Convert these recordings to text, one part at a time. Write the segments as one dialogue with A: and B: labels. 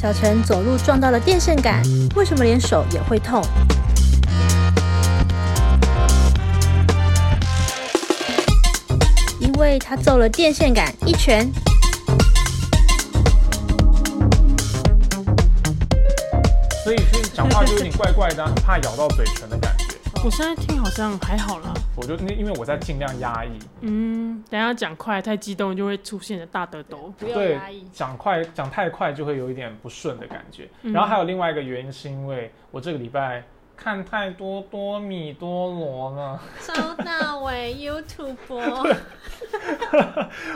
A: 小陈走路撞到了电线杆，为什么连手也会痛？因为他揍了电线杆一拳。
B: 所以所以讲话就有点怪怪的、啊，很怕咬到嘴唇的感觉。
C: 我现在听好像还好啦。
B: 我就那因为我在尽量压抑，
C: 嗯，等一下讲快太激动就会出现的大得斗。
D: 不要
B: 对
D: 压抑，。
B: 讲快讲太快就会有一点不顺的感觉。
D: 嗯
B: 然后还有另外一个原因，是因为我这个礼拜看太多多米多罗了，
D: 周大伟 YouTube，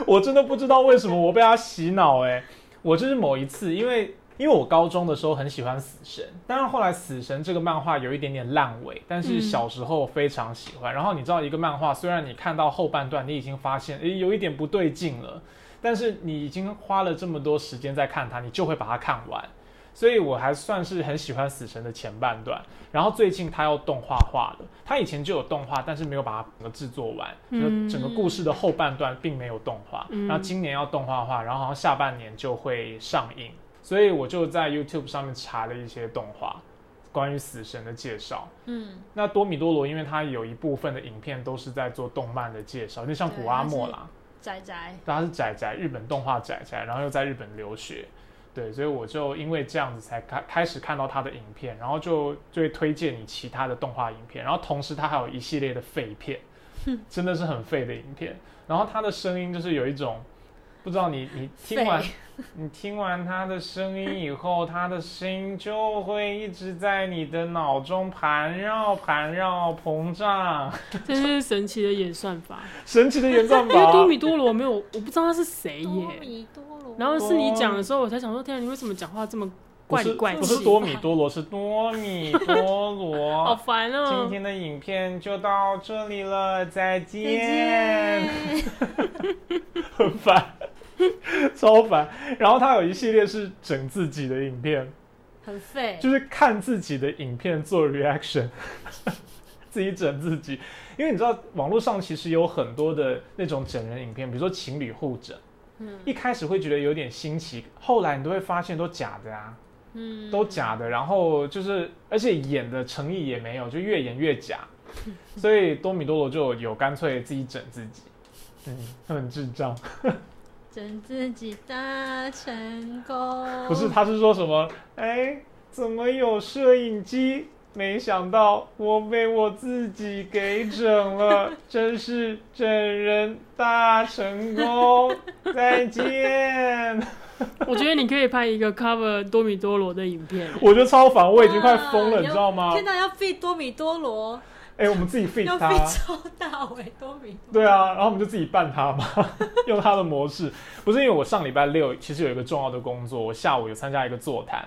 B: 我真的不知道为什么我被他洗脑哎、我就是某一次，因为因为我高中的时候很喜欢死神，但是后来死神这个漫画有一点点烂尾，但是
C: 嗯
B: 小时候非常喜欢。然后你知道一个漫画，虽然你看到后半段，你已经发现诶有一点不对劲了，但是你已经花了这么多时间在看它，你就会把它看完。所以我还算是很喜欢死神的前半段，然后最近它要动画化了，它以前就有动画，但是没有把它整个制作完，就是
C: 嗯
B: 整个故事的后半段并没有动画，
C: 嗯
B: 然后今年要动画化，然后好像下半年就会上映，所以我就在 YouTube 上面查了一些动画关于死神的介绍。
D: 嗯，
B: 那多米多罗，因为它有一部分的影片都是在做动漫的介绍，就像古阿莫啦，
D: 仔仔，
B: 他是仔仔，日本动画仔仔，然后又在日本留学，对，所以我就因为这样子才开开始看到他的影片，然后就就会推荐你其他的动画影片，然后同时他还有一系列的废片，真的是很废的影片，然后他的声音就是有一种。不知道你你听完
D: 废
B: 你听完他的声音以后，他的声音就会一直在你的脑中盘绕、盘绕、膨胀，
C: 这是神奇的演算法，
B: 神奇的演算
C: 因为多
B: 法。
C: 米多罗没有，我不知道他是谁
D: 多
C: 耶。
D: 米多罗，
C: 然后是你讲的时候，我才想说，天啊，你为什么讲话这么
B: 不
C: 怪
B: 是
C: 里怪
B: 不
C: 气
B: 是？多米多罗，是多米多罗。
C: 好烦
B: 今
C: 哦、
B: 天的影片就到这里了，再
D: 再
B: 见。
D: 见，
B: 很烦， 超烦。然后他有一系列是整自己的影片，
D: 很废，
B: 就是看自己的影片做 reaction，自己整自己。因为你知道，网络上其实有很多的那种整人影片，比如说情侣互整，
D: 嗯
B: 一开始会觉得有点新奇，后来你都会发现都假的啊。
D: 嗯，
B: 都假的，然后就是而且演的诚意也没有，就越演越假，所以多米多罗就有干脆自己整自己，嗯，很智障。
D: 整自己大成功，
B: 不是，他是说什么？哎，怎么有摄影机？没想到我被我自己给整了，真是整人大成功！再见。
C: 我觉得你可以拍一个 cover 多米多罗的影 片。
B: 我觉得超烦，我已经快疯了，你知道吗？
D: 现在要 fit 多米多罗，
B: 哎，我们自己 fit
D: 要
B: 他。
D: fit 周大伟多米多罗，
B: 对啊，然后我们就自己办它嘛， 用它的模式。不是因为我上礼拜六其实有一个重要的工作，我下午有参加一个座谈，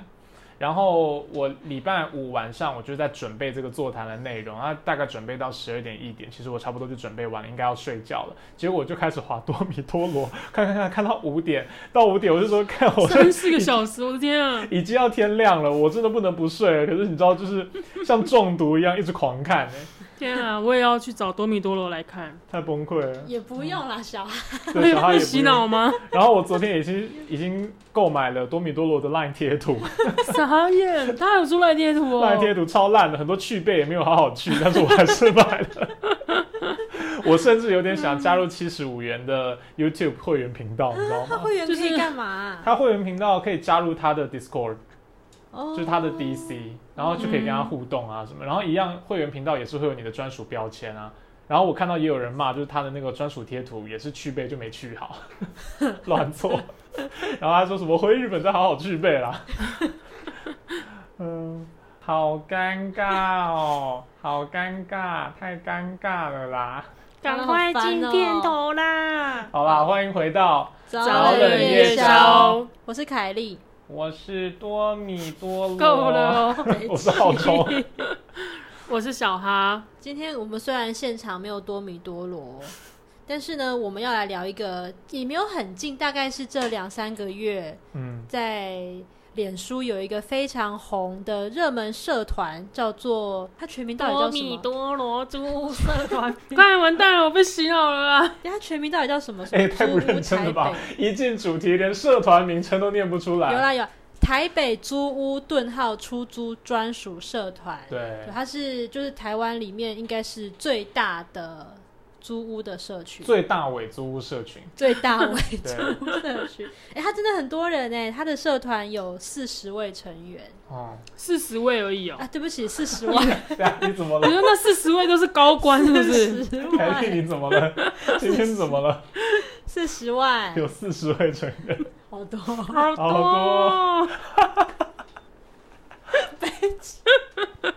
B: 然后我礼拜五晚上我就在准备这个座谈的内容，啊，大概准备到十二点一点，其实我差不多就准备完了，应该要睡觉了。结果我就开始滑多米多罗，看看看看到五点，到五点我就说 看我
C: 三四个小时，我的天啊！
B: 已经要天亮了，我真的不能不睡了。可是你知道，就是像中毒一样一直狂看、欸
C: 天啊！我也要去找多米多罗来看。
B: 太崩溃 了。
D: 也不用啦，小孩，
B: 对，小孩
C: 会
B: 也不
C: 洗
B: 用
C: 脑 吗？
B: 然后我昨天已经已经购买了多米多罗的 LINE 贴图
C: 傻眼，他有出来贴图哦。
B: ，LINE 贴图超烂的，很多去背也没有好好去，但是我还是买了。 我甚至有点想加入七十五元的 YouTube 会员频道，你知道
D: 他
B: 吗？
D: 会员可
C: 就
D: 以
C: 是
D: 干嘛啊？
B: 他会员频道可以加入他的 Discord，
D: 哦
B: 就是他的 DC，然后就可以跟他互动啊什么，然后一样会员频道也是会有你的专属标签啊。然后我看到也有人骂，就是他的那个专属贴图也是去背就没去好， 乱做。然后他说什么回日本再好好去背啦。 嗯，好尴尬哦，好尴尬，太尴尬了啦。
C: 赶快进片头啦！
B: 好啦，欢迎回到，
D: 早
B: 冷夜宵，
D: 我是凯莉，
B: 我是多米多罗。
C: 够了哦。
B: 我是浩中。
C: 我是小哈，
D: 今天我们虽然现场没有多米多罗，但是呢，我们要来聊一个也没有很近，大概是这两三个月
B: 嗯，
D: 在脸书有一个非常红的热门社团，叫做它全名到底
C: 多
D: 叫什
C: 米
D: 么？
C: 多罗猪社团，快完蛋了，我被洗脑了啦！
D: 它全名到底叫什么？
B: 哎、太不认真了吧！一进主题连社团名称都念不出
D: 有
B: 来。
D: 啦有啦，台北租屋顿号出租专属社团，
B: 对
D: 它是就是台湾里面应该是最大的租屋的社区，
B: 最大尾租屋社群，
D: 最大位
B: 对
D: 租屋社区。 哎、它真的很多人哎、它的社团有四十位成员
B: 哦、
C: 四十位而已哦、
D: 啊，对不起，四十万，
B: 对啊，你怎么
C: 我觉
B: 了？
C: 得那四十位都是高官， 是不是？
D: 四十
B: 凯莉，
D: 万，
B: 你怎么了？ 今天怎么了？
D: 四十万，
B: 有四十位成员，
D: 好多。
C: 好
B: 多哦
C: 多，
D: 有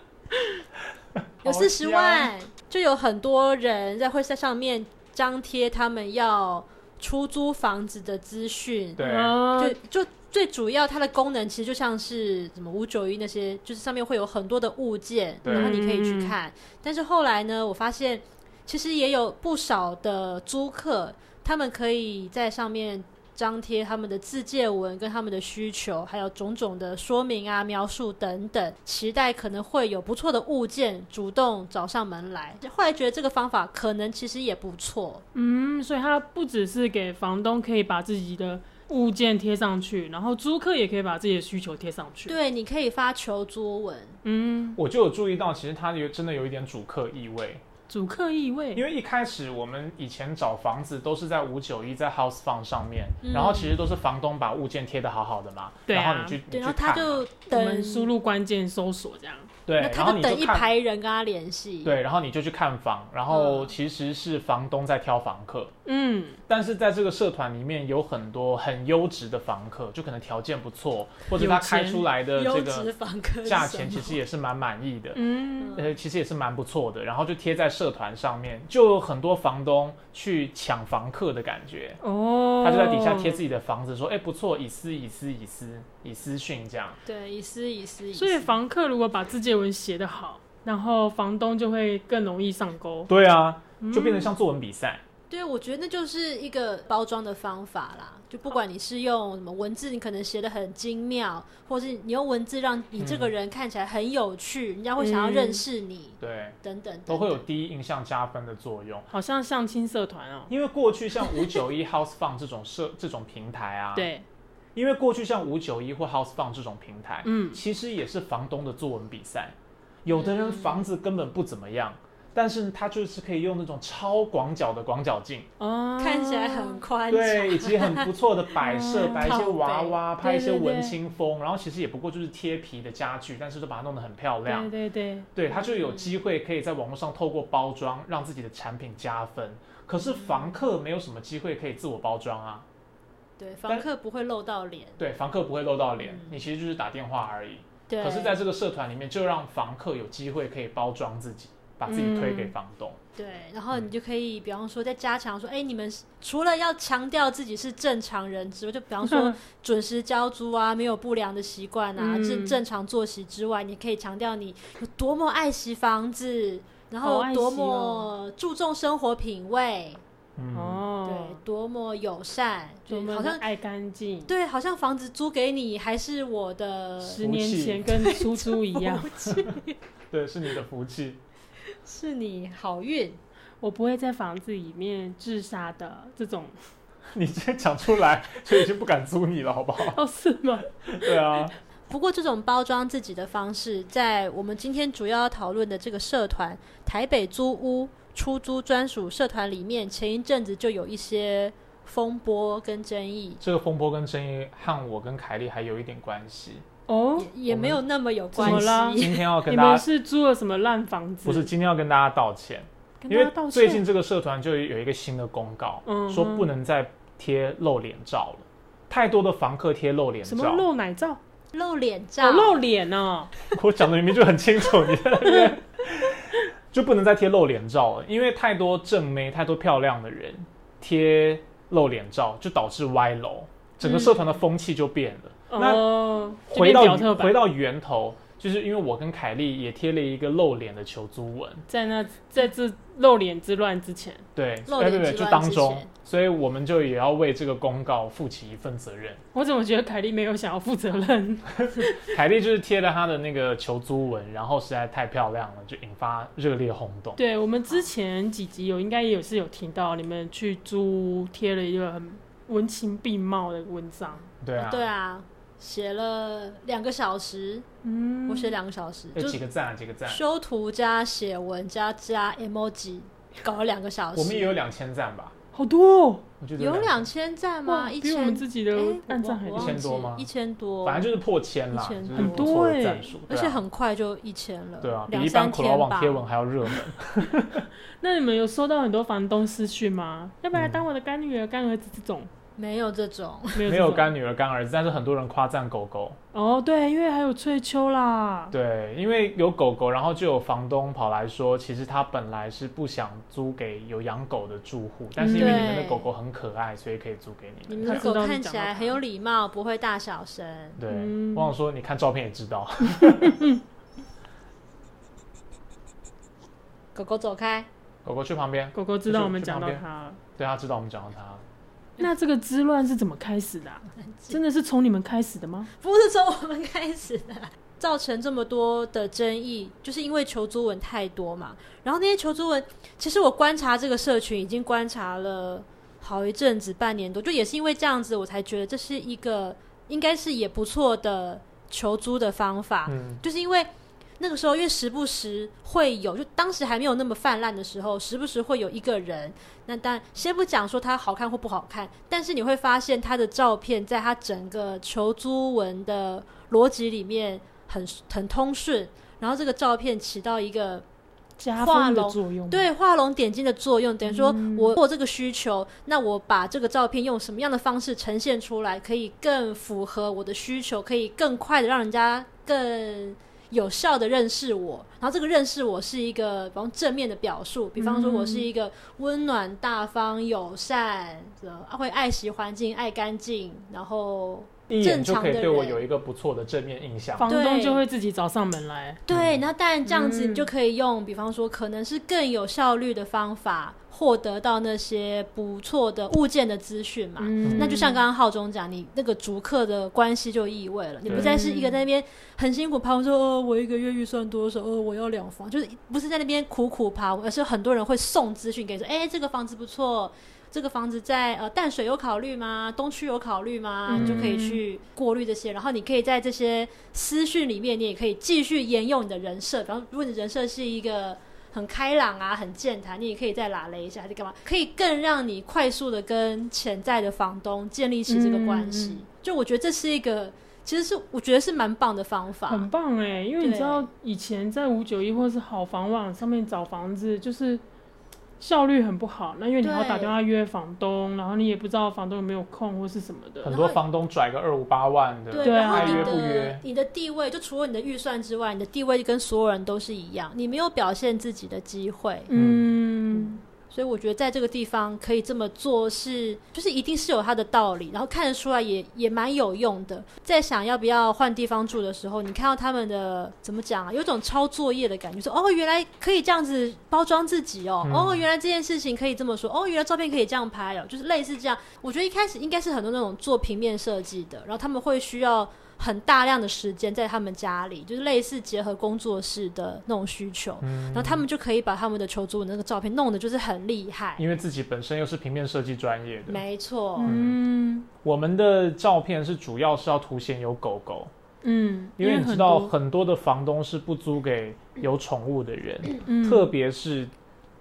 B: 好
D: 四十
B: 香
D: 万，就有很多人在会在上面张贴他们要出租房子的资讯。
B: 对，
C: 嗯
D: 呃就就最主要它的功能其实就像是什么五九一那些，就是上面会有很多的物件，
B: 对
D: 然后你可以去
C: 嗯
D: 看。但是后来呢，我发现其实也有不少的租客，他们可以在上面。张贴他们的自介文跟他们的需求，还有种种的说明啊、描述等等，期待可能会有不错的物件主动找上门来。后来觉得这个方法可能其实也不错，
C: 嗯，所以它不只是给房东可以把自己的物件贴上去，然后租客也可以把自己的需求贴上去。，
D: 对，你可以发求租文，
C: 嗯，
B: 我就有注意到，其实它有真的有一点主客意味，
C: 主客意
B: 因
C: 味，
B: 为一开始我们以前找房子都是在五九一在 House Fund 上面，
D: 嗯
B: 然后其实都是房东把物件贴的好好的嘛，
C: 对啊
B: 然后你去，
D: 对，
B: 你
D: 然后
B: 去
D: 他
B: 看嘛
D: 就
C: 我
D: 等
C: 们输入关键搜索这样。
B: 对，
D: 那
B: 然
D: 他
B: 后
D: 就
B: 你
D: 等一
B: 看
D: 排人跟他联系。，
B: 对，然后你就去看房，然后
D: 嗯
B: 其实是房东在挑房客，
C: 嗯，
B: 但是在这个社团里面有很多很优质的房客，就可能条件不错，或者他
C: 有
B: 开
C: 钱
B: 出来的
D: 优
B: 呃这
D: 质
B: 个
D: 房客是
B: 价
D: 什
B: 钱
D: 么
B: 其实也是蛮满意的，
C: 嗯，
B: 呃，其实也是蛮不错的，然后就贴在社团上面，就有很多房东去抢房客的感觉。
C: 哦，
B: 他就在底下贴自己的房子，说：“哎、不错，以私以私以私以私讯这样。
D: 对，以私以私以私。
C: 所以房客如果把自介文写得好，然后房东就会更容易上”钩。
B: 对啊，就变成像作文比赛。
D: 对，我觉得那就是一个包装的方法啦。就不管你是用什么文字，你可能写的很精妙，或是你用文字让你这个
B: 嗯
D: 人看起来很有趣，人家会想要
C: 嗯
D: 认识你，
B: 对，
D: 等等等等
B: 都会有第一印象加分的作用。
C: 好像相亲社团哦、
B: 因为过去像五九一 House Fund 这种社这种平台啊，，
C: 对，
B: 因为过去像五九一或 House Fund 这种平台，
C: 嗯
B: 其实也是房东的作文比赛。有的人房子根本不怎么样，但是他就是可以用那种超广角的广角镜，
C: 哦，
D: 看起来很宽敞。
B: 对，以及很不错的摆设，
C: 嗯
B: 摆一些娃娃，
C: 对
B: 拍一些
C: 对对
B: 文青风，然后其实也不过就是贴皮的家具，但是都把它弄得很漂亮
C: 对。对对，
B: 对，啊他就有机会可以在网络上透过包装让自己的产品加分。可是房客没有什么机会可以自我包装啊，
D: 对，房客不会露到脸。
B: 对，房客不会露到脸
D: 嗯，
B: 你其实就是打电话而已。
D: 对，
B: 可是，在这个社团里面，就让房客有机会可以包装自己，把自己推给房东。
D: 对，然后你
C: 嗯
D: 就可以，比方说再加强说，哎、你们是除了要强调自己是正常人之外，就比 方说准时交租啊，没有不良的习惯啊，
C: 嗯
D: 正正常作息之外，你可以强调你有多么爱惜房子，然
C: 好
D: 后
C: 爱惜
D: 多
C: 哦
D: 么注重生活品味，
B: 嗯，
C: 哦
D: 对，，多么友善，
C: 多
D: 就
C: 么
D: 好像
C: 爱干净，
D: 对，好像房子租给你还是我的
C: 十
B: 福
C: 年
B: 气
C: 前跟出租一 样，
D: 福气，
B: 对，是你的福气。
D: 是你好运。
C: 我不会在房子里面自杀的这种，
B: 你直接讲出来，就已经不敢租你了，好不好？
C: 哦是 吗？
B: 对啊，
D: 不过，这种包装自己的方式，在我们今天主要讨论的这个社团——台北租屋出租专属社团里面，前一阵子就有一些风波跟争议，
B: 这个风波跟争议和我跟凯莉还有一点关系。
C: 哦，
D: 也也没有那么有
C: 怎么
D: 关
C: 啦
D: 系。
B: 今天要
C: 哦你
B: 跟大
C: 们
B: 家，
C: 是租了什么烂房子？
B: 不是今天要跟大家道歉，
C: 跟
B: 因
C: 大家
B: 为
C: 道
B: 最近
C: 歉。
B: 这个社团就有一个新的公告，
C: 嗯
B: 说
C: 哼
B: 不能再贴露脸照了，太多的房客贴露脸
C: 什么
B: 照，
C: 露奶照？
D: 露脸照，
C: 哦，露脸哦，
B: 我讲的明明就很清楚，你在那 边就不能再贴露脸照了，因为太多正妹、太多漂亮的人贴露脸照，就导致歪楼，整
D: 嗯
B: 个社团的风气就变了。那
C: 哦，就
B: 回
C: 变
B: 到
C: 脚特版
B: 回到源头，就是因为我跟凯莉也贴了一个露脸的求租文，
C: 在那在这露脸之乱之前，
B: 对，
D: 露
B: 哎
D: 脸
B: 不不
D: 之
B: 就
D: 乱
B: 当
D: 之
B: 中
D: 前，
B: 所以我们就也要为这个公告负起一份责 任。
C: 我怎么觉得凯莉没有想要负责任？
B: 凯莉就是贴了她的那个求租文，然后实在太漂亮了，就引发热烈轰动。
C: 对我们之前几集有应该也有是有听到你们去租贴了一个很文情并茂的文章，
B: 对啊，
D: 对啊，写了两个小时，
C: 嗯，
D: 我写两个小时，
B: 有
D: 就
B: 几个赞啊，几个赞。
D: 修图加写文加加 emoji，搞了两个小时。
B: 我们也有两千赞吧？
C: 好多哦，
B: 我觉得
D: 哦有
B: 两
D: 两千赞
C: 哇，
D: 吗？一
C: 比我们
D: 千
C: 自己
D: 哎
C: 的
D: 我
C: 暗赞还
B: 一
D: 我
C: 多
D: 忘
B: 千。多
D: 记
B: 吗
D: 一千多，
B: 反正就是破千啦，
D: 一千
B: 就
D: 多
B: 是不错的
C: 很多欸
B: 赞数，
D: 而
B: 对啊
D: 且很快就一千了，
B: 对啊，比
D: 两
B: 一般
D: 三
B: 苦劳
D: 天
B: 网
D: 吧。
B: 贴文还要 热门。
C: 那你们有收到很多房东私讯吗？要不要来当我的干女儿、干儿子这 种？
D: 没有这种，
C: 没有
B: 没
C: 没
B: 有干女儿干儿子，但是很多人夸赞狗狗。
C: 哦，对，因为还有翠秋啦。
B: 对，因为有狗狗，然后就有房东跑来说，其实他本来是不想租给有养狗的住户，但是因为你们的
D: 对
B: 狗狗很可爱，所以可以租给你
D: 你
B: 们。
D: 们嗯的
C: 他知
D: 狗
C: 道你
D: 看
C: 讲
D: 起
C: 到他
D: 来很有礼貌，不会大小声。
B: 对，
C: 嗯
B: 我想说，你看照片也知道。
D: 狗狗走开，
B: 狗狗去旁边，
C: 狗狗知道我们
B: 就是去
C: 讲
B: 旁
C: 到
B: 边
C: 他了。
B: 对它知道我们讲到
D: 啊
B: 它。
C: 那这个之乱是怎么开始的啊、真的是从你们开始的吗？
D: 不是从我们开始的，造成这么多的争议，就是因为求助文太多嘛。然后那些求助文，其实我观察这个社群已经观察了好一阵子，半年多，就也是因为这样子，我才觉得这是一个应该是也不错的求租的方法。
B: 嗯，
D: 就是因为那个时候，因为时不时会有，就当时还没有那么泛滥的时候，时不时会有一个人。那但先不讲说他好看或不好看，但是你会发现他的照片在他整个求租文的逻辑里面很很通顺，然后这个照片起到一个
C: 加
D: 画
C: 分的
D: 龙
C: 作用吗，
D: 对画龙点睛的作用，等于说
C: 嗯
D: 我做这个需求，那我把这个照片用什么样的方式呈现出来，可以更符合我的需求，可以更快的让人家更有效的认识我。然后这个认识我是一个，比方正面的表述，比方说我是一个温暖、大方、友善，呃会爱惜环境、爱干净，然后
B: 一眼就可以
D: 正常的
B: 对我
D: 人
B: 有一个不错的正面印象。
C: 房东
D: 对
C: 就会自己找上门来。
D: 对，那当然这样子
C: 嗯
D: 你就可以用，比方说可能是更有效率的方法，获得到那些不错的物件的资讯嘛。
C: 嗯
D: 那就像刚刚浩中讲，你那个逐客的关系就意味了，你
B: 对
D: 不再是一个在那边很辛苦爬文说，哦，我一个月预算多少，哦，我要两房，就是不是在那边苦苦爬文，而是很多人会送资讯给你说，哎，这个房子不错，这个房子在呃淡水有考虑吗？东区有考虑吗？
C: 嗯
D: 你就可以去过滤这些，然后你可以在这些私讯里面，你也可以继续沿用你的人设。比方，如果你人设是一个很开朗啊、很健谈，你也可以再拉了一下，还是干嘛？可以更让你快速的跟潜在的房东建立起这个关系。
C: 嗯嗯
D: 就我觉得这是一个，其实是我觉得是蛮棒的方法。嗯
C: 很棒哎，因为你
D: 对
C: 知道以前在五九一或是好房网上面找房子，就是效率很不好。那因为你还要
D: 对
C: 打电话约房东，然后你也不知道房东有没有空或是什么的
B: 很。多房东拽个二五八万的，
D: 对，
C: 对
D: 然
C: 啊
D: 后
B: 爱
D: 你
B: 约不
D: 的
B: 约？
D: 你的地位，就除了你的预算之外，你的地位就跟所有人都是一样，你没有表现自己的机会。
C: 嗯，
D: 所以我觉得在这个地方可以这么做是，就是一定是有它的道理，然后看得出来也也蛮有用的。在想要不要换地方住的时候，你看到他们的怎么讲啊，有种抄作业的感觉，说哦，原来可以这样子包装自己哦，
B: 嗯
D: 哦，原来这件事情可以这么说，哦，原来照片可以这样拍哦，就是类似这样。我觉得一开始应该是很多那种做平面设计的，然后他们会需要。很大量的时间在他们家里，就是类似结合工作室的那种需求，
B: 嗯
D: 然后他们就可以把他们的求助的那个照片弄得就是很厉害。
B: 因为自己本身又是平面设计专业的，
D: 没错，
C: 嗯
B: 我们的照片是主要是要凸显有狗狗，
C: 嗯，
B: 因为你知
C: 很
B: 道
C: 多
B: 很多的房东是不租给有宠物的人，
C: 嗯
B: 特别是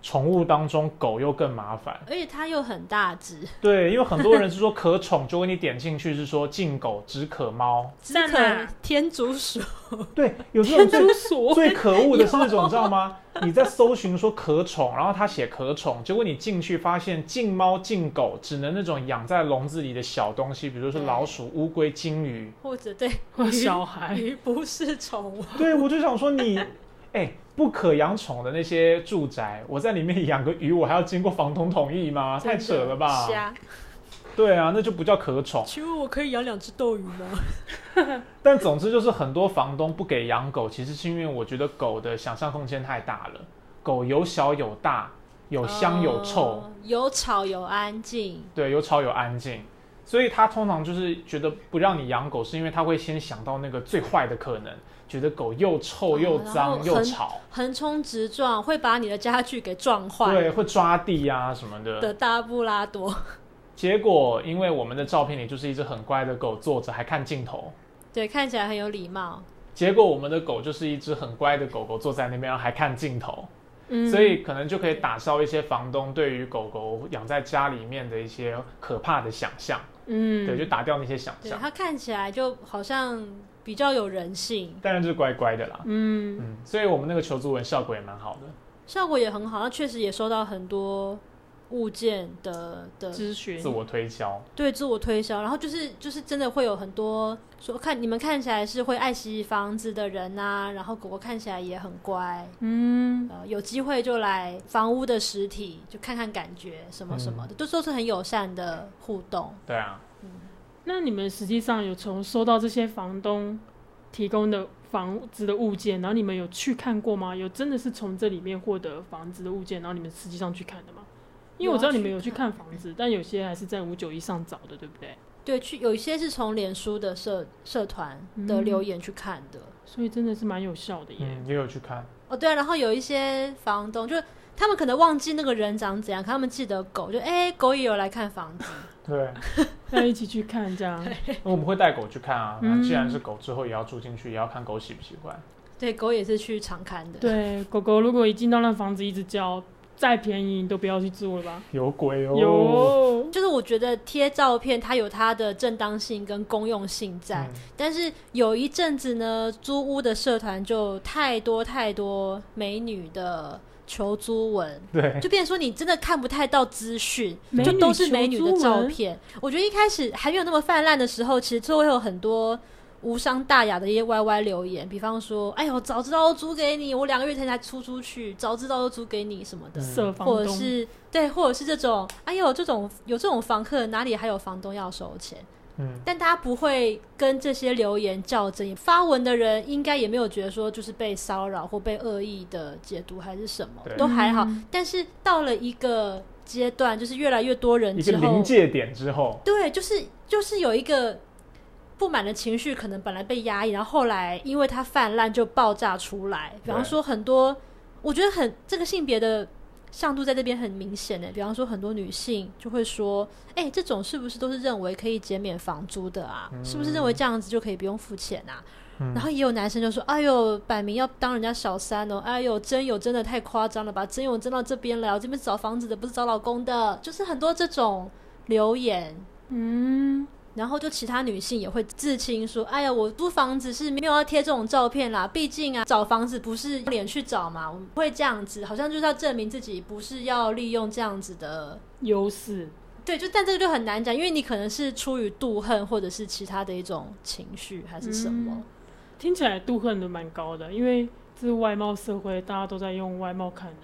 B: 宠物当中狗又更麻烦。
D: 而且它又很大只，
B: 对，因为很多人是说可宠，就给你点进去是说禁狗只可 猫。
D: 只
C: 在
D: 可
C: 哪
D: 天竺鼠，
B: 对，有这
C: 天
B: 种最
C: 竺 鼠，
B: 最可恶的是那 种，你知道吗？你在搜寻说可宠，然后他写可宠，结果你进去发现禁猫禁狗，只能那种养在笼子里的小东西，比如说是
D: 对
B: 老鼠、乌龟、金鱼。
D: 或者对
C: 或小孩，
D: 鱼不是宠 物，
B: 对，我就想说你， 哎、不可养宠的那些住宅，我在里面养个鱼，我还要经过房东同意吗？太扯了吧！
D: 虾，
B: 对啊，那就不叫可宠。
D: 请问我可以养两只斗鱼吗？
B: 但总之就是很多房东不给养狗，其实是因为我觉得狗的想象空间太大了，狗有小有大，有香有臭，
D: 哦，有吵有安静，
B: 对，有吵有安静。所以他通常就是觉得不让你养狗，是因为他会先想到那个最坏的可能，觉得狗又臭
D: 哦
B: 又
D: 然
B: 脏、
D: 后
B: 又
D: 很
B: 吵，
D: 横冲直撞，会把你的家具给撞坏
B: 对，会抓地啊什么的。
D: 的大布拉多。
B: 结果因为我们的照片里就是一只很乖的狗坐着，还看镜头，
D: 对，看起来很有礼貌。
B: 结果我们的狗就是一只很乖的狗狗，坐在那边然后还看镜头，
C: 嗯，
B: 所以可能就可以打消一些房东对于狗狗养在家里面的一些可怕的想象，
C: 嗯，
B: 对，就打掉那些想
D: 对，
B: 象。
D: 它看起来就好像比较有人性，
B: 当然就是乖乖的啦，
C: 嗯，
B: 嗯，所以我们那个求助文效果也蛮好的。
D: 效果也很好。那确实也收到很多物件的的
C: 咨询
B: 自我推销，
D: 对自我推销，然后就是就是真的会有很多说看你们看起来是会爱惜房子的人啊，然后狗狗看起来也很乖，
C: 嗯，
D: 呃，有机会就来房屋的实体就看看感觉什么什么的，都都是很友善的互动。
B: 对啊，
C: 那你们实际上有从收到这些房东提供的房子的物件，然后你们有去看过吗？有真的是从这里面获得房子的物件，然后你们实际上去看的吗？因为我知道你们有去看房子，但有些还是在五九一上找的，对不对？
D: 对，去有一些是从脸书的社社团的
C: 嗯
D: 留言去看的。
C: 所以真的是蛮有效的耶。
B: 嗯，也有去看，
D: 哦，对、啊，然后有一些房东就是他们可能忘记那个人长怎样，可他们记得狗，就哎、狗也有来看房子。
B: 对，啊
C: 要一起去看这 样，
B: 我们会带狗去看啊。
C: 嗯
B: 那既然是狗，之后也要住进去，也要看狗喜不喜欢。
D: 对，狗也是去常看的。，
C: 对狗狗如果一进到那房子一直叫，再便宜你都不要去住了吧？
B: 有鬼哦！
C: 有，
D: 就是我觉得贴照片它有它的正当性跟公用性在，
B: 嗯
D: 但是有一阵子呢，租屋的社团就太多太多美女的求租文，
B: 对，
D: 就变成说你真的看不太到资讯，
C: 美
D: 就
C: 女
D: 都是美女
C: 求
D: 的
C: 助
D: 照
C: 文
D: 片。我觉得一开始还没有那么泛滥的时候，其实就会有很多无伤大雅的一些 YY 留言，比方说：“哎呦，早知道都租给你，我两个月前才出出去，早知道都租给你什么的。
B: 嗯
C: 设房
D: 或者
C: 东，
D: 是对，或者是这种，哎呦，这种有这种房客，哪里还有房东要收钱？
B: 嗯，
D: 但大家不会跟这些留言较真，发文的人应该也没有觉得说就是被骚扰或被恶意的解读还是什么
B: 对，
D: 都还好。
C: 嗯
D: 但是到了一个阶段，就是越来越多人
B: 一个
D: 之
B: 临
D: 后，
B: 界点之后，
D: 对，就是就是有一个不满的情绪，可能本来被压抑，然后后来因为它泛滥就爆炸出来。比方
B: 对
D: 说很多，我觉得很这个性别的。上度在这边很明显的，欸比方说很多女性就会说：“哎、这种是不是都是认为可以减免房租的啊？是不是认为这样子就可以不用付钱啊？”
B: 嗯
D: 然后也有男生就说：“哎呦，摆明要当人家小三哦！哎呦，真有真的太夸张了吧！真有真到这边来，我这边是找房子的，不是找老公的。”就是很多这种留言，
C: 嗯，
D: 然后就其他女性也会自清说：“哎呀，我租房子是没有要贴这种照片啦，毕竟啊，找房子不是用脸去找嘛，我们不会这样子，好像就是要证明自己，不是要利用这样子的。
C: 优势，”
D: 对，就但这个就很难讲，因为你可能是出于妒恨，或者是其他的一种情绪，还是什么。
C: 嗯听起来度恨的蛮高的，因为这是外貌社会，大家都在用外貌看人。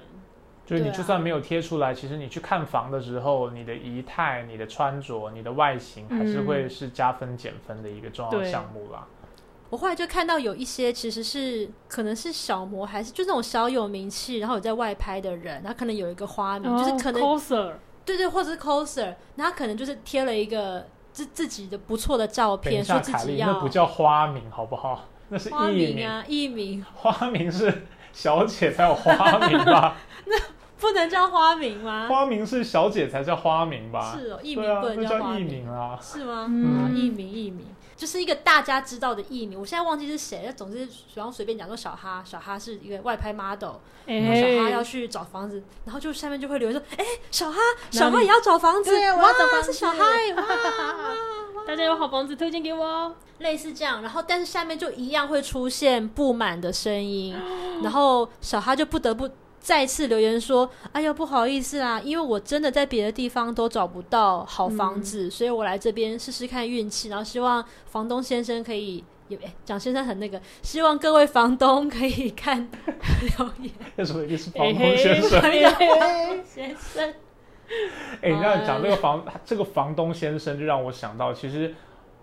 B: 就是你
D: 对啊
B: 就算没有贴出来，其实你去看房的时候，你的仪态、你的穿着、你的外形，还是
C: 嗯
B: 会是加分减分的一个重要
C: 对
B: 项目啦。
D: 我后来就看到有一些其实是可能是小模，还是就那种小有名气，然后有在外拍的人，他可能有一个花
C: 哦
D: 名，就是可能
C: coser，
D: 对对，或者是 coser，然后可能就是贴了一个自自己的不错的照
B: 等一
D: 片，说
B: 下，
D: 自
B: 凯
D: 己
B: 莉，
D: 要
B: 那不叫花名好不好？那是
D: 花
B: 艺
D: 名
B: 名，
D: 啊，艺名
B: 花名是小姐才有花名 吧？
D: 不能叫花名吗？
B: 花名是小姐才叫花名吧？
D: 是哦，艺
B: 对
D: 名
B: 啊
D: 不，能
B: 那
D: 花
B: 叫艺
D: 名，
B: 名啊。
D: 是吗？
C: 嗯
D: 啊艺名艺名就是一个大家知道的艺名，我现在忘记是谁了，总之然后随便讲说小哈，小哈是一个外拍 model，然后小哈要
C: 哎，
D: 去找房子，然后就下面就会留言说，哎，小哈，小哈也要找房子，
A: 对啊我要
D: 哇
A: 找房子
D: 是 小哈哎，哇。
C: 大家有好房子推荐给我哦。
D: 类似这样，然后但是下面就一样会出现不满的声 音，然后小哈就不得不再次留言说：“哎呀，不好意思啦，因为我真的在别的地方都找不到好房
A: 嗯
D: 子，所以我来这边试试看运气，然后希望房东先生可以。”也哎蒋先生很那个，希望各位房东可以看 留言。
B: 那时候一定是房东先生。
D: 哎呀，先生，
B: 哎、你这样讲这个房这个房东先生，就让我想到，其实，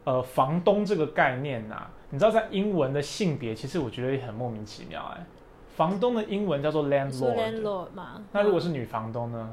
B: 呃，房东这个概念呐、你知道在英文的性别，其实我觉得也很莫名其妙哎、房东的英文叫做
D: 你说
B: landlord，
D: landlord 嘛？
B: 啊那如果是女房东呢？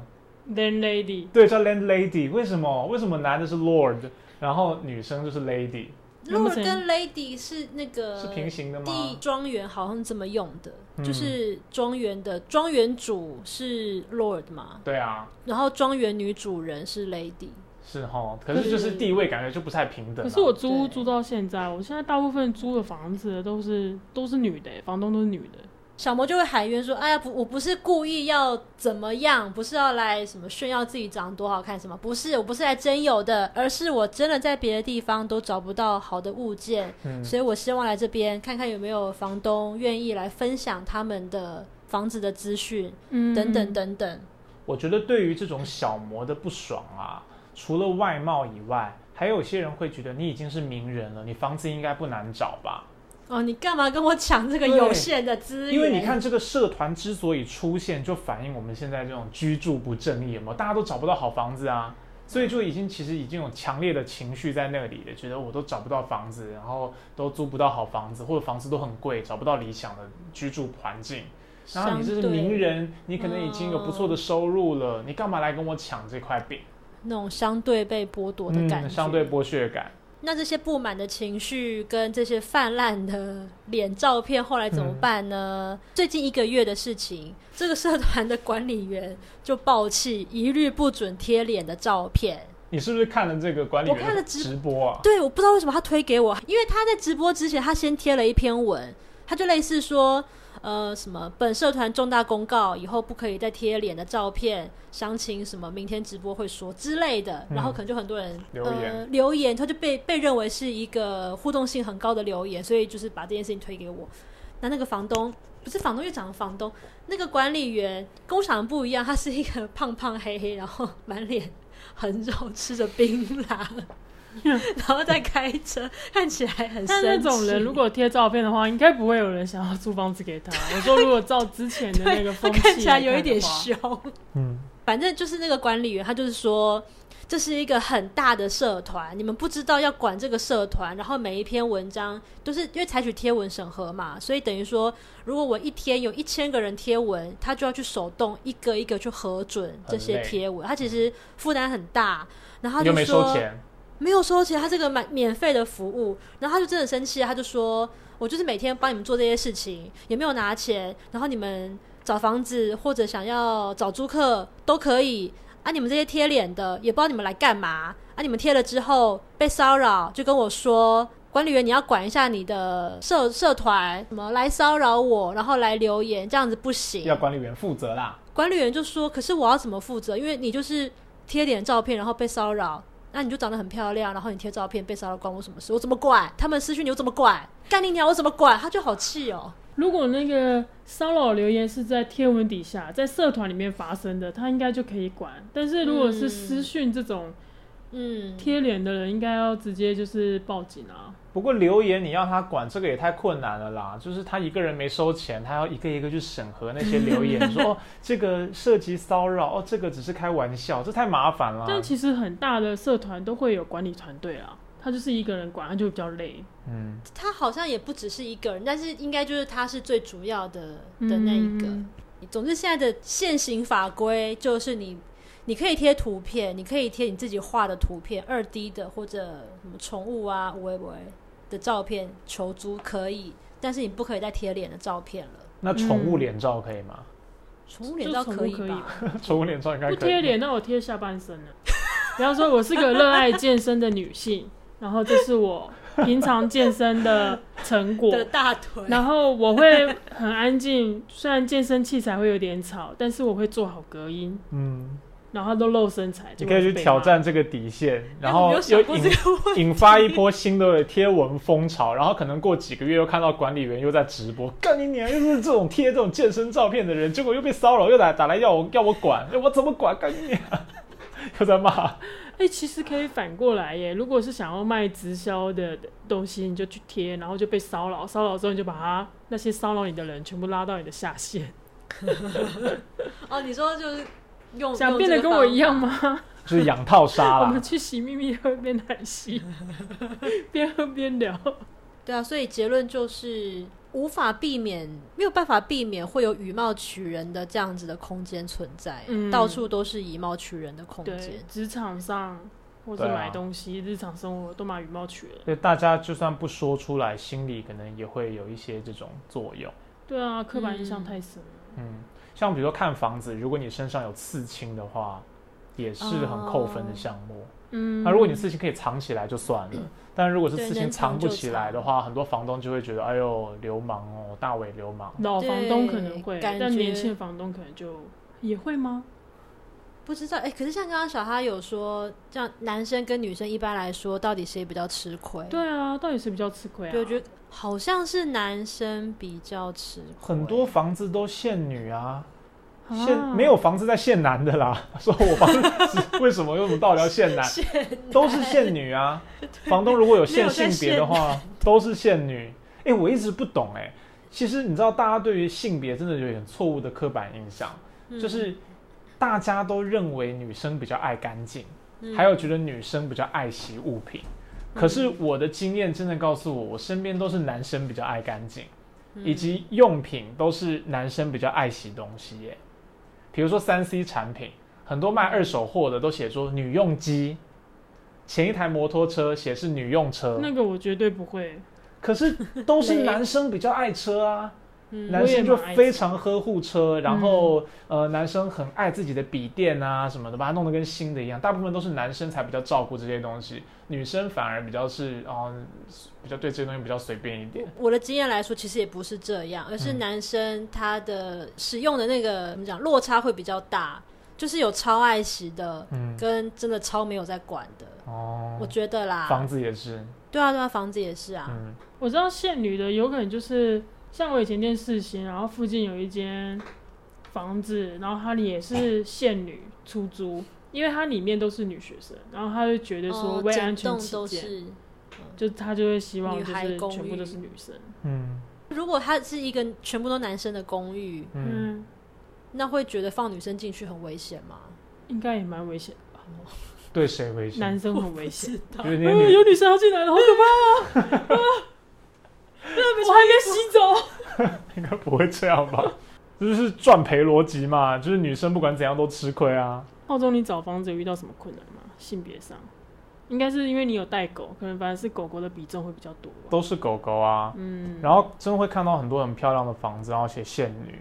C: Then lady，
B: 对，叫 landlady。为什么？为什么男的是 lord，然后女生就是 lady，
D: 如果跟 lady 是那个
B: 是平行的吗？
D: 呃地庄园好像这么用的，
B: 嗯
D: 就是庄园的庄园主是 lord 嘛，
B: 对啊，
D: 然后庄园女主人是 lady，
B: 是哈，可是就是地位感觉就不太平等、啊。
C: 可是我租屋
D: 对
C: 租到现在，我现在大部分租的房子都是都是女的，房东都是女的。
D: 小魔就会喊冤说：“哎呀，不，我不是故意要怎么样，不是要来什么炫耀自己长多好看什么，不是，我不是来征友的，而是我真的在别的地方都找不到好的物件，
B: 嗯，
D: 所以我希望来这边看看有没有房东愿意来分享他们的房子的资讯，
C: 嗯，
D: 等等。等等。
B: 我觉得对于这种小模的不爽啊，除了外貌以外，还有些人会觉得你已经是名人了，你房子应该不难找吧？
D: 哦，你干嘛跟我抢这个
B: 对
D: 有限的资源？
B: 因为你看，这个社团之所以出现，就反映我们现在这种居住不正义，有没有？大家都找不到好房子啊，所以就已经其实已经有强烈的情绪在那里了，觉得我都找不到房子，然后都租不到好房子，或者房子都很贵，找不到理想的居住环境。然后你这是
D: 相对嗯
B: 名人，你可能已经有不错的收入了，你干嘛来跟我抢这块饼？
D: 那种相对被剥夺的感觉，
B: 嗯，相对剥削感。
D: 那这些不满的情绪跟这些泛滥的脸照片，后来怎么办呢？
B: 嗯
D: 最近一个月的事情，这个社团的管理员就爆气，一律不准贴脸的照片。
B: 你是不是看了这个管理
D: 我看
B: 员的
D: 了直
B: 直播啊？
D: 对，我不知道为什么他推给我，因为他在直播之前，他先贴了一篇文，他就类似说，呃，什么本社团重大公告，以后不可以再贴脸的照片，详情什么明天直播会说之类的，然后
B: 嗯
D: 可能就很多人、
B: 留
D: 呃
B: 言
D: 留言，他就被被认为是一个互动性很高的留言，所以就是把这件事情推给我。那那个房东不是房东，又讲了房东，那个管理员跟我想的不一样，他是一个胖胖黑黑，然后满脸很肉，吃着槟 榔，然后再开车，看起来很
C: 但那
D: 生
C: 种人
D: 气
C: 如果贴照片的话，应该不会有人想要租房子给他。我说，如果照之前的那
D: 对
C: 个
D: 他
C: 风气
D: 看起来
C: 看
D: 有一点
C: 的话
D: 凶。
B: 嗯，
D: 反正就是那个管理员，他就是说这是一个很大的社团，你们不知道要管这个社团，然后每一篇文章都是因为采取贴文审核嘛，所以等于说，如果我一天有一千个人贴文，他就要去手动一个一个去核准这些
B: 很累
D: 贴文，他其实负担很大。然后他
B: 又
D: 就
B: 没
D: 说
B: 收钱，
D: 没有收钱，他这个免免费的服务，然后他就真的生气，他就说：“我就是每天帮你们做这些事情，也没有拿钱，然后你们找房子或者想要找租客都可以啊，你们这些贴脸的也不知道你们来干嘛啊，你们贴了之后被骚扰，就跟我说。”管理员，你要管一下你的社社团，什么来骚扰我，然后来留言，这样子不行。
B: 要管理员负责啦。
D: 管理员就说：“可是我要怎么负责？因为你就是贴脸照片，然后被骚扰，那你就长得很漂亮，然后你贴照片被骚扰，关我什么事？我怎么管？他们私讯你，我怎么管？干你娘，我怎么管？他就好气哦。
C: 如果那个骚扰留言是在贴文底下，在社团里面发生的，他应该就可以管。但是如果是私讯这种
D: 嗯，
C: 贴脸的人，应该要直接就是报警啊。
B: 不过留言你要他管这个也太困难了啦，就是他一个人没收钱，他要一个一个去审核那些留 言，说哦这个涉及骚扰，哦这个只是开玩笑，这太麻烦了。
C: 但其实很大的社团都会有管理团队啊，他就是一个人管，他就比较累。
B: 嗯，
D: 他好像也不只是一个人，但是应该就是他是最主要的的那一个。
C: 嗯
D: 总之，现在的现行法规就是你，你可以贴图片，你可以贴你自己画的图片，二 D 的或者什么宠物啊、喂喂的照片求租可以，但是你不可以再贴脸的照片了。
B: 那宠物脸照可以 吗？
D: 宠物脸照
C: 就宠物
D: 以
C: 可以
D: 吧？
B: 宠物脸照应该
C: 不
B: 可以。
C: 贴脸，那我贴下半身了。 比方说，我是个热爱健身的女性，然后这是我平常健身的成果
D: 的大腿，
C: 然后我会很安静，虽然健身器材会有点吵，但是我会做好隔音，
B: 嗯，
C: 然后都露身材。
B: 你可以去
C: 就被骂
B: 挑。战这个底线，然
D: 我
B: 后
D: 哎没有
B: 又
D: 想过这
B: 引
D: 个问题。
B: 引发一波新的贴文风潮，然后可能过几个月又看到管理员又在直播，干你娘，又是这种贴这种健身照片的人，结果又被骚扰，又打打来要我要我管，我怎么管？干你娘，又在骂。
C: 哎、其实可以反过来耶，如果是想要卖直销的东西，你就去贴，然后就被骚扰，骚扰之后你就把他那些骚扰你的人全部拉到你的下线，
D: 哦，你说就是用
C: 想变得跟我一样？吗？
B: 就是养套杀
C: 我
B: 啦
C: 们。去洗秘密喝一杯奶昔，边喝边聊。
D: 用这个方法对啊，所以结论就是无法避免，没有办法避免会有以貌取人的这样子的空间存在，
C: 嗯
D: 到处都是以貌取人的空
C: 对
D: 间，。
C: 职场上或者
B: 对啊
C: 买东西、日常生活都把羽毛取了。
B: 所以大家就算不说出来，心里可能也会有一些这种作用。
C: 对啊，刻板印
D: 嗯
C: 象太深了。
B: 嗯，像比如说看房子，如果你身上有刺青的话，也是很扣分
D: 哦
B: 的项目。
C: 嗯，
B: 那如果你刺青可以藏起来就算了，但如果是
D: 对
B: 刺青
D: 能藏
B: 藏不
D: 就
B: 起来的
D: 藏
B: 话，很多房东就会觉得，哎呦，流氓哦，大伟流氓。
C: 老房东可能会，
D: 对感
C: 但年
D: 觉
C: 轻的房东可能就也会吗？
D: 不知道哎、可是像刚刚小哈有说，这样男生跟女生一般来说，到底谁比较吃亏？
C: 对啊，到底谁比较吃亏啊？
D: 对，我觉得好像是男生比较吃亏，
B: 很多房子都限女啊，
C: 啊
B: 限没有房子在限男的啦。 说我房子为什么有什么道理要限男？都是限女啊。房东如果有限性别的话，都是限女。哎、我一直不懂哎、其实你知道，大家对于性别真的有点错误的刻板印象，
D: 嗯
B: 就是大家都认为女生比较爱干净，
D: 嗯
B: 还有觉得女生比较爱惜物品。可是我的经验真的告诉我，我身边都是男生比较爱干净。以及用品都是男生比较爱惜东西耶。比如说三 C 产品，很多卖二手货的都写说女用机，前一台摩托车写是女用车，
C: 那个我绝对不会。
B: 可是都是男生比较爱车啊。
D: 嗯
B: 男生就非常呵护车，然后呃，男生很爱自己的笔电啊什么的，把它弄得跟新的一样。大部分都是男生才比较照顾这些东西，女生反而比较是哦、比较对这些东西比较随便一点。
D: 我的经验来说，其实也不是这样，而是
B: 嗯
D: 男生他的使用的那个怎么讲落差会比较大，就是有超爱惜的，
B: 嗯，
D: 跟真的超没有在管的，
B: 哦
D: 我，觉得啦
B: 房。子也是，
D: 对啊，对啊，房子也是啊。
B: 嗯。
C: 我知道现女的有可能就是像我以前念世新，然后附近有一间房子，然后它里也是现女出租，因为它里面都是女学生，然后他就觉得说
D: 哦
C: 为
D: 整
C: 安全
D: 栋
C: 起
D: 都
C: 见，
D: 是。
C: 就他就会希望
D: 女
C: 就
D: 孩
C: 是
D: 公
C: 全部
D: 寓
C: 都是女生。
B: 嗯
D: 如果它是一个全部都男生的公寓，
B: 嗯，
C: 嗯，
D: 那会觉得放女生进去很危险吗？
C: 应该也蛮危险的吧？
B: 对谁危险？
C: 男生很危险，
B: 有点
C: 哎
B: 女
C: 有女生要进来了，好可怕 啊！啊我还没洗澡。
B: 应该不会这样吧？ 这就是赚赔逻辑嘛，就是女生不管怎样都吃亏啊。
C: 澳洲，你找房子有遇到什么困难吗？性别上，应该是因为你有带狗，可能反而是狗狗的比重会比较多吧。
B: 都是狗狗啊，
C: 嗯，
B: 然后真的会看到很多很漂亮的房子，然后写限女，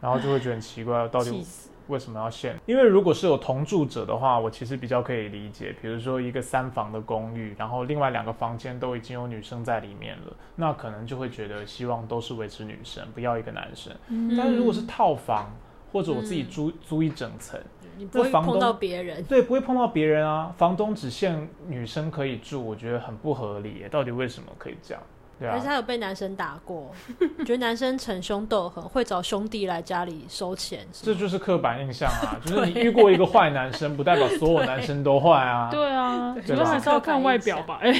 B: 然后就会觉得很奇怪，到
C: 气
B: 底
C: 死，
B: 为什么要限？因为如果是有同住者的话，我其实比较可以理解，比如说一个三房的公寓，然后另外两个房间都已经有女生在里面了，那可能就会觉得希望都是维持女生，不要一个男生。
C: 嗯
B: 但是如果是套房，或者我自己
D: 嗯
B: 租、租一整层。
D: 你不会
B: 那房东
D: 碰到别人。
B: 对，不会碰到别人啊。房东只限女生可以住，我觉得很不合理耶。到底为什么可以这样？对
D: 而
B: 啊
D: 且，他有被男生打 过，觉得男生逞凶斗狠，会找兄弟来家里收钱什
B: 这
D: 么的。
B: 就是刻板印象 啊。就是你遇过一个坏男生，不代表所有男生都坏啊。
C: 对啊，主
B: 对
C: 要
B: 吧
C: 还是要看外表吧，哎，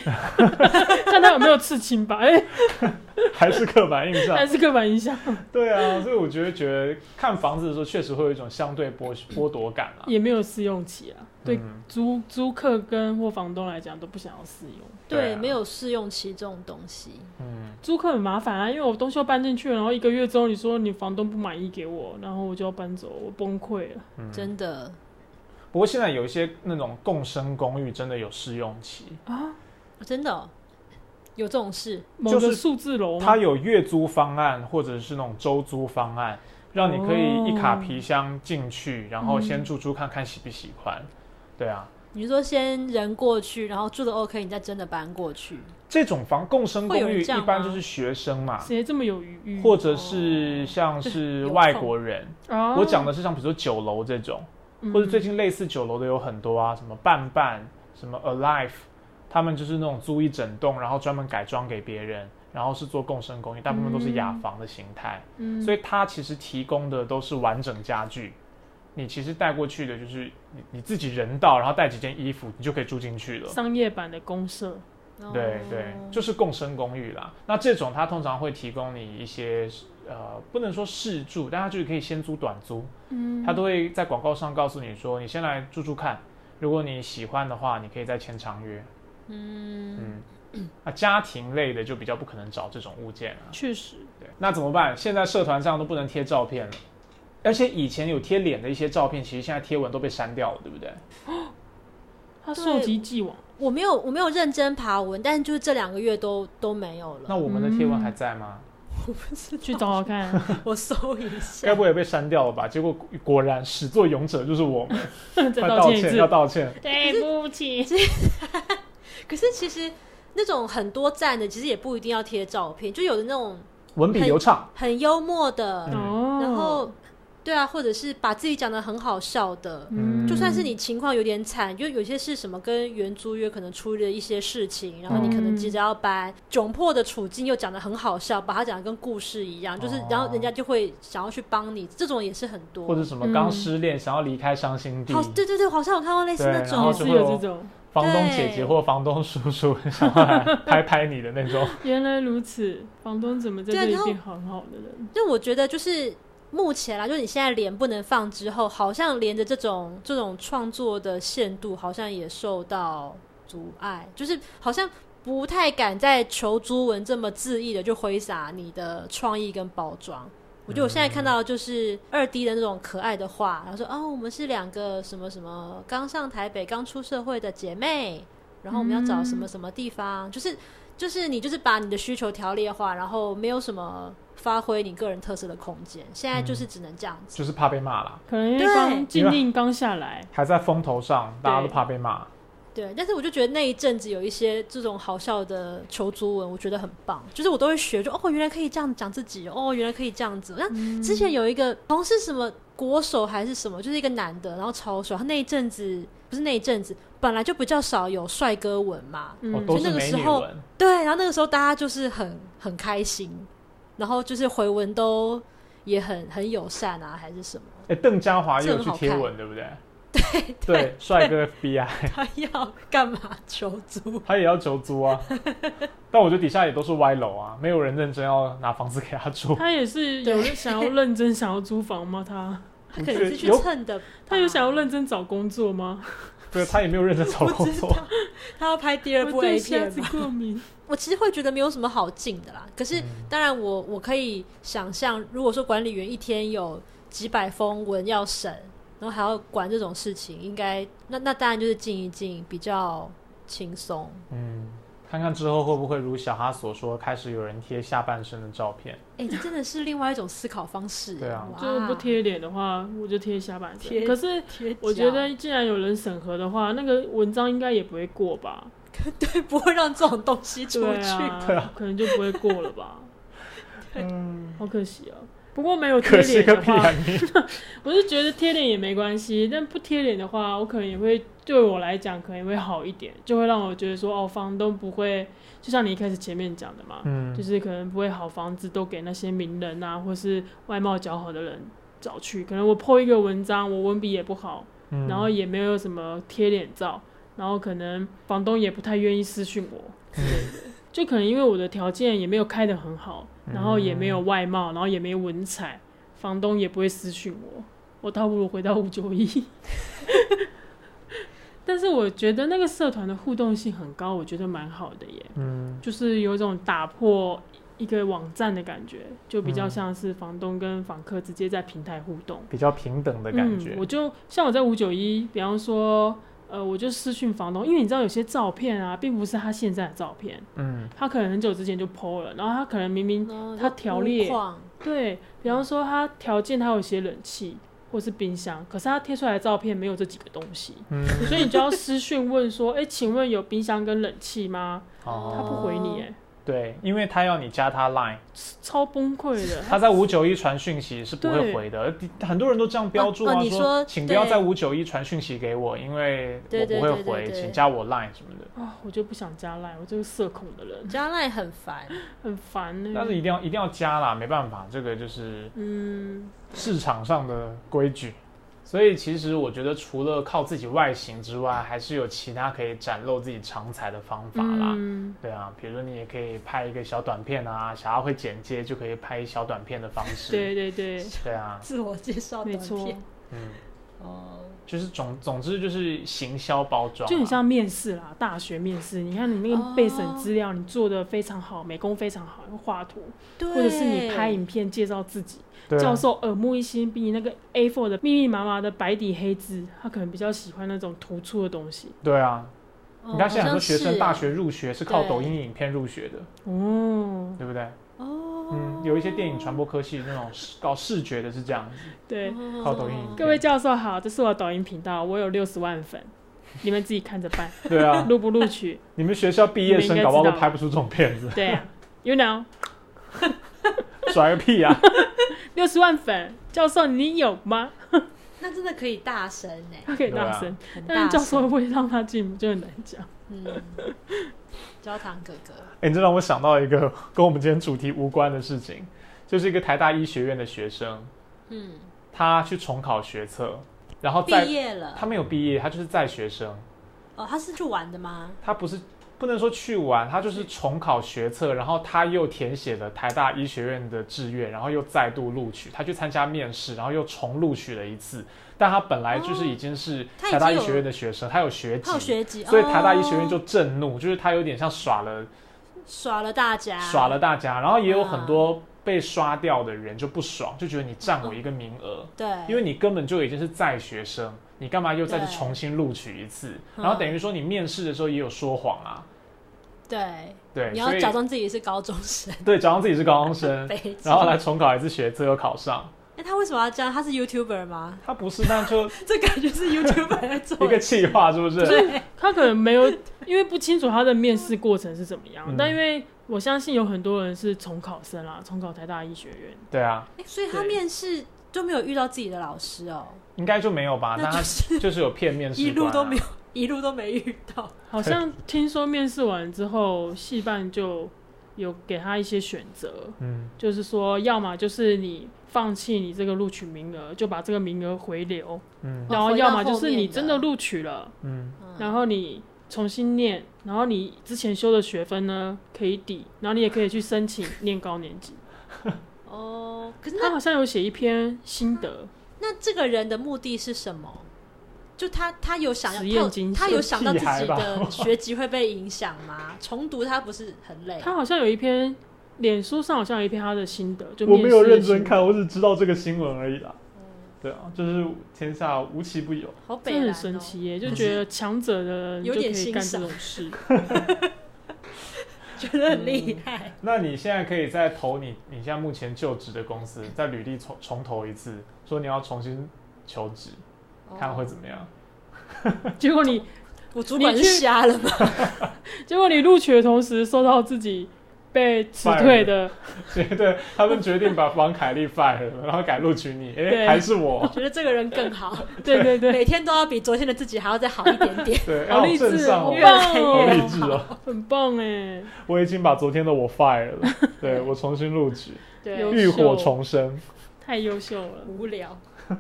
C: 看他有没有刺青吧，哎，
B: 还是刻板印象
C: 还。是刻板印象，
B: 对啊，所以我觉得觉得看房子的时候，确实会有一种相对剥剥夺感啊。
C: 也没有试用期啊。对
B: 嗯
C: 租租客跟或房东来讲都不想要试用，
D: 对，
B: 对啊
D: 没有试用期这种东西。
B: 嗯，
C: 租客很麻烦啊，因为我东西要搬进去，然后一个月之后你说你房东不满意给我，然后我就要搬走，我崩溃了。
B: 嗯
D: 真的，
B: 不过现在有一些那种共生公寓真的有试用期，
C: 啊
D: 真的哦、有这种事，
C: 某
B: 就是
C: 个数字
D: 哦
C: 楼啊吗
B: 它？有月租方案，或者是那种周租方案，让你可以一卡皮箱进去，然后
D: 嗯
B: 先住住看看喜不喜欢。对啊，
D: 你是说先人过去，然后住的 OK，你再真的搬过去，
B: 这种房共生公
D: 会有
B: 寓
D: 人这样
B: 一
D: 吗
B: 般就是学生嘛，
C: 谁这么有余裕？
B: 或者是
C: 哦
B: 像是外国人。
C: 啊
B: 我讲的是像比如说酒楼这种，
C: 嗯
B: 或者最近类似酒楼的有很多啊，什么伴伴，什么 Alive，他们就是那种租一整栋，然后专门改装给别人，然后是做共生公寓，大部分都是雅房的形态。
C: 嗯
B: 所以它其实提供的都是完整家具。你其实带过去的就是你你自己人到，然后带几件衣服，你就可以住进去了。
C: 嗯商业版的公社，
D: 哦
B: 对对，就是共生公寓啦。那这种它通常会提供你一些呃，不能说试住，但它就是可以先租短租，
C: 嗯
B: 它都会在广告上告诉你说，你先来住住看，如果你喜欢的话，你可以再签长约。
D: 嗯，
B: 嗯，啊，家庭类的就比较不可能找这种物件啊。
C: 确实，
B: 对，那怎么办？现在社团上都不能贴照片了，而且以前有贴脸的一些照片，其实现在贴文都被删掉了，对不对？
C: 它溯及既往，
D: 我没有我没有认真爬文，但就是这两个月都都没有了。
B: 那我们的贴文还在吗？
C: 去找找看。
D: 我搜一下
B: 该。不会也被删掉了吧？结果果然始作俑者就是我们，
C: 再
B: 快
C: 道
B: 道
C: 歉一
B: 歉，要
C: 次，
B: 道歉。
C: 对不起。
D: 可是其实那种很多赞的，其实也不一定要贴照片，就有的那种
B: 文笔流畅，
D: 很幽默的，
B: 嗯
C: 哦，
D: 然后对啊，或者是把自己讲的很好笑的。
B: 嗯
D: 就算是你情况有点惨，就有些是什么跟原租约可能出了一些事情，然后你可能急着要搬，
B: 嗯
D: 窘迫的处境又讲的很好笑，把它讲的跟故事一样，就是
B: 哦
D: 然后人家就会想要去帮你，这种也是很多
B: 或。者什么刚失恋、想要离开伤心地
D: 嗯好，，对对对，好像有看过类似
B: 对
D: 那
B: 然后
C: 也
D: 种
B: 就是会
C: 有
B: 有
C: 这种，
B: 房东姐姐
D: 对
B: 或房东叔叔想要 来拍拍你的那种。
C: 原来如此。房东怎么在
D: 对啊
C: 这里
D: 然后
C: 变很好的人？
D: 就我觉得就是目前啦，就是你现在连不能放之后，好像连着这种这种创作的限度，好像也受到阻碍，就是好像不太敢在求朱文这么恣意的就挥洒你的创意跟包装。我觉得我现在看到就是二 D 的那种可爱的画，然后说哦，我们是两个什么什么刚上台北、刚出社会的姐妹，然后我们要找什么什么地方，就是就是你就是把你的需求条列化，然后没有什么发挥你个人特色的空间。现在就是只能这样子。
B: 就是怕被骂啦，
C: 可能因为
D: 对
C: 刚禁令刚下来，
B: 还在风头上，大家都
C: 对
B: 怕被骂。
D: 对，但是我就觉得那一阵子有一些这种好笑的求足文，我觉得很棒，就是我都会学，就哦，原来可以这样讲自己，哦，原来可以这样子。那
C: 嗯
D: 之前有一个好像是什么国手还是什么，就是一个男的，然后超帅，他那一阵子不是那一阵子，本来就比较少有帅哥文嘛，
B: 哦，
C: 嗯，
B: 都是美
D: 所以那个
B: 女
D: 时候
B: 文，
D: 对，然后那个时候大家就是很很开心，然后就是回文都也很很友善啊，还是什么？
B: 哎，邓家华也有
D: 这
B: 去
D: 很好
B: 贴
D: 看
B: 文，对不对？对 对，帅哥 FBI
D: 他要干嘛求助？
B: 他也要求租 啊，但我觉得底下也都是歪楼啊，没有人认真要拿房子给他 住。
C: 他也是有想要认真想要租房吗？他
D: 他可能是去
B: 有
D: 蹭的吧，
C: 他有想要认真找工作吗？
B: 对，他也没有认真找工作，
D: 他要拍第二部
C: 我对
D: A
C: 虾
D: 片
C: 子
D: 吗？
C: 过敏。
D: 我其实会觉得没有什么好进的啦。可是
B: 嗯
D: 当然我，我可以想象，如果说管理员一天有几百封文要审，然后还要管这种事情，应该那那当然就是进一进比较轻松。
B: 嗯，看看之后会不会如小哈所说，开始有人贴下半身的照片。
D: 哎、这真的是另外一种思考方式。
B: 对啊
D: 哇
C: 就不贴脸的话，我就贴下半身。
D: 贴
C: 可是
D: 贴脚
C: 我觉得，既然有人审核的话，那个文章应该也不会过吧？
D: 对 不会让这种东西出
C: 对
D: 去。
B: 对
C: 啊
B: 啊，
C: 可能就不会过了吧？
B: 嗯，
C: 好可惜啊。不过没有贴
B: 可惜
C: 脸
B: 个
C: 的
B: 屁啊
C: 话，
B: 你！
C: 我是觉得贴脸也没关系，但不贴脸的话，我可能也会对我来讲可能会好一点，就会让我觉得说哦，房东不会，就像你一开始前面讲的嘛，
B: 嗯
C: 就，是可能不会好房子都给那些名人啊，或是外貌较好的人找去。可能我 po 一个文章，我文笔也不好，
B: 嗯
C: 然后也没有什么贴脸照，然后可能房东也不太愿意私讯我，
B: 嗯
C: 就可能因为我的条件也没有开得很好，然后也没有
B: 嗯
C: 外貌，然后也没文采，房东也不会私讯我，我倒不如回到五九一。 但是我觉得那个社团的互动性很高，我觉得蛮好的耶，
B: 嗯
C: 就是有一种打破一个网站的感觉，就比
B: 嗯
C: 较像是房东跟房客直接在平台互动。
B: 比较平等的感觉
C: 嗯、我。就像我在五九一，比方说，呃，我就私讯房东，因为你知道有些照片啊，并不是他现在的照片，
B: 嗯，
C: 他可能很久之前就 PO 了，然后他可能明明
D: 嗯
C: 他条列
D: 屋况
C: 对比方说他条件他有写冷气或是冰箱，可是他贴出来的照片没有这几个东西，
B: 嗯，
C: 所以你就要私讯问说，哎、请问有冰箱跟冷气吗？他
B: 哦，
C: 不回你、哎，
B: 对，因为他要你加他 Line，
C: 超崩溃的。
B: 他在五九一传讯息是不会回的，很多人都这样标注啊，
D: 哦哦你说
B: 请不要
D: 对
B: 在五九一传讯息给我，因为我
D: 对对
B: 不会
D: 对对
B: 回，
D: 对
B: 请加我 Line 什么的。
C: 啊、我就不想加赖，我就是社恐的人，
D: 加赖 很烦，
C: 很烦呢、
B: 但是一定要一定要加啦，没办法，这个就是
C: 嗯，
B: 市场上的规矩。所以其实我觉得，除了靠自己外形之外，还是有其他可以展露自己长才的方法啦。
C: 嗯
B: 对啊，比如说你也可以拍一个小短片啊，小要会剪接就可以拍小短片的方式。
C: 对对对，
B: 对啊，
D: 自我介绍
C: 没
D: 短
C: 错，
D: 片
B: 嗯，
D: 哦，
B: 就是总总之就是行销包装啊、
C: 就很像面试啦，大学面试，你看你那个备
D: 哦
C: 审资料，你做的非常好，美工非常好，用画图，
D: 对，
C: 或者是你拍影片介绍自己，
B: 对啊
C: 教授耳目一新，比你那个 A4 的密密麻麻的白底黑字，他可能比较喜欢那种突出的东西。
B: 对啊，
D: 哦，
B: 你看现在很
D: 好
B: 多
D: 像
B: 学生
D: 是
B: 大学入学是靠
D: 对
B: 抖音影片入学的，
C: 哦，
B: 对不对？
D: 哦，
B: 嗯，有一些电影传播科系那种视搞视觉的是这样子，
C: 对，
D: 哦
B: 靠抖音
C: 各位教授好，这是我抖音频道，我有六十万粉，你们自己看着办，
B: 对 啊，
C: 录不录取？
B: 你们学校毕业
C: 你们
B: 生
C: 应该
B: 搞不好
C: 知
B: 都
C: 道
B: 拍不出这种片子，
C: 对啊，You know，
B: 甩个屁啊！
C: 六十万粉，教授你有吗？
D: 那真的可以大声哎、
C: 他可以
B: 对啊
C: 大声，
D: 很
C: 但
D: 大
C: 是教授会
D: 声。
C: 不会让他进步就很难讲。
D: 嗯，焦糖哥哥，
B: 哎、你这让我想到一个跟我们今天主题无关的事情，就是一个台大医学院的学生，
D: 嗯，
B: 他去重考学测，然后
D: 毕
B: 在
D: 业了
B: 他没有毕业，他就是在学生，
D: 哦，他是去玩的吗？
B: 他不是不能说去玩，他就是重考学测，然后他又填写了台大医学院的志愿，然后又再度录取，他去参加面试，然后又重录取了一次，但他本来就是已经是
D: 哦他已
B: 台大医
D: 经有
B: 学院的学生，他有学籍
D: 他有，学哦籍，
B: 所以台大医学院
D: 哦
B: 就震怒，就是他有点像耍了。
D: 耍了大家，
B: 耍了大家，然后也
D: 啊
B: 有很多被刷掉的人就不爽，就觉得你占我一个名额，
D: 对，
B: 因为你根本就已经是在学生，你干嘛又再去
D: 对
B: 重新录取一次？
D: 嗯
B: 然后等于说你面试的时候也有说谎啊，
D: 对，
B: 对，
D: 你
B: 所
D: 要
B: 以
D: 假装自己是高中生，
B: 对假装自己是高中 生，
D: 北京
B: 然后来重考一次学测又考上，
D: 哎、他为什么要这样？他是 YouTuber 吗？
B: 他不是，那就
D: 这感觉是 YouTuber 在做
B: 一个气话是不是？
D: 对，
C: 他可能没有，因为不清楚他的面试过程是怎么样。
B: 嗯
C: 但因为我相信有很多人是重考生啦，重考台大医学院。
B: 对啊，
D: 哎所以他
C: 对
D: 面试就没有遇到自己的老师哦，
B: 应该就没有吧？
D: 那
B: 但
D: 就
B: 他
D: 是
B: 就是有骗面试、官
D: 一
B: 啊
D: 路都没有，一路都没遇到。
C: 好像听说面试完之后，系办就有给他一些选择，
B: 嗯，
C: 就是说，要么就是你放弃你这个录取名额，就把这个名额回流；
B: 嗯
C: 然后
D: 哦回到
C: 要么就是
D: 后
C: 你
D: 面的
C: 真的录取了，
B: 嗯
D: 嗯
C: 然后你重新念，然后你之前修的学分呢可以抵，然后你也可以去申请念高年级。
D: 哦，可是
C: 他
D: 那
C: 好像有写一篇心得。
D: 那这个人的目的是什么？就他他有想要
C: 实
D: 他有
C: 验精神
D: 他有想到自
B: 屁孩
D: 己
B: 吧
D: 的学籍会被影响吗？重读他不是很累？
C: 他好像有一篇，脸书上好像有一篇他的心得，就
B: 我没有
C: 面试的
B: 认真
C: 心得，
B: 看，我只知道这个新闻而已啦。对啊，就是天下无奇不有。
D: 好北
C: 这很
D: 蓝、哦、
C: 神奇耶，就觉得强者的人
D: 有
C: 就可
D: 点
C: 以
D: 欣
C: 干这
D: 赏
C: 种 事。
D: 觉得很厉害。
B: 那你现在可以再投你你现在目前就职的公司，在履历重重投一次，说你要重新求职，看嗯会
D: 哦
B: 怎么样？
C: 结果你，
D: 我主管
C: 你
D: 是
C: 去
D: 瞎了吗？
C: 结果你录取的同时，收到自己被辞
B: Fire
C: 退的，
B: 所以对他们决定把王凯丽 fire 了，然后改录取你，哎、
C: 对
B: 还是我，。
D: 觉得这个人更好，
C: 对对对，
D: 每天都要比昨天的自己还要再好一点点
B: 对，
C: 好
B: 要
C: 励
B: 正
C: 志，
B: 上
C: 好
B: 哦
D: 越来
C: 棒
B: 好
D: 越
B: 励
C: 哦，
B: 志哦！
C: 很棒哎，
B: 我已经把昨天的我 fire 了，对我重新录取，
D: 对，
C: 有
B: 浴火重生。
C: 太优秀了。
D: 无聊。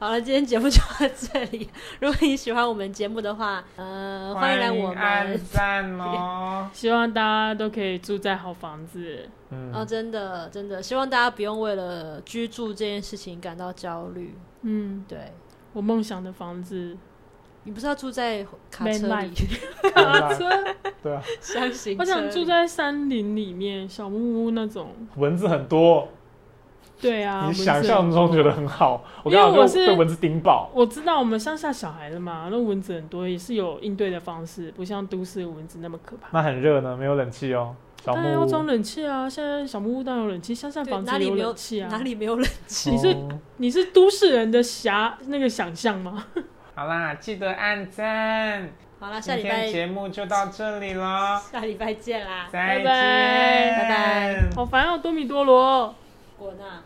D: 好了，今天节目就到这里。 如果你喜欢我们节目的话，呃，欢迎来我们。
B: 赞 哦！
C: 希望大家都可以住在好房子，
D: 哦，
B: 嗯，
D: 真的真的，希望大家不用为了居住这件事情感到焦虑。
C: 嗯，
D: 对
C: 我梦想的房子，
D: 你不是要住在卡车
C: Mainline
D: 里，
C: 卡车，
B: 对啊，
D: 相信
C: 我想住在山林里面，小木屋那种。
B: 蚊子很多，
C: 对啊，
B: 你
C: 蚊子
B: 想象中觉得很好，我
C: 因为
B: 刚好
C: 我
B: 就是被蚊子叮爆。
C: 我知道我们乡下小孩了嘛，那蚊子很多，也是有应对的方式，不像都市的蚊子那么可怕。
B: 那很热呢，没有冷气哦，小
C: 当然
B: 木
C: 要
B: 屋。
C: 装冷气啊！现在小木屋当然有冷气，乡下
D: 对
C: 房子
D: 哪
C: 也
D: 里没有
C: 冷气啊。
D: 哪里没有冷气？
C: 你是
B: 哦
C: 你是都市人的遐那个想象吗？
B: 好啦，记得按赞。
D: 好了，下
B: 今
D: 礼
B: 天
D: 拜
B: 节目就到这里了，
D: 下礼拜见啦，
B: 再见，
C: 拜
D: 拜拜
C: 啊好烦哦，多米多罗。
D: 果娜。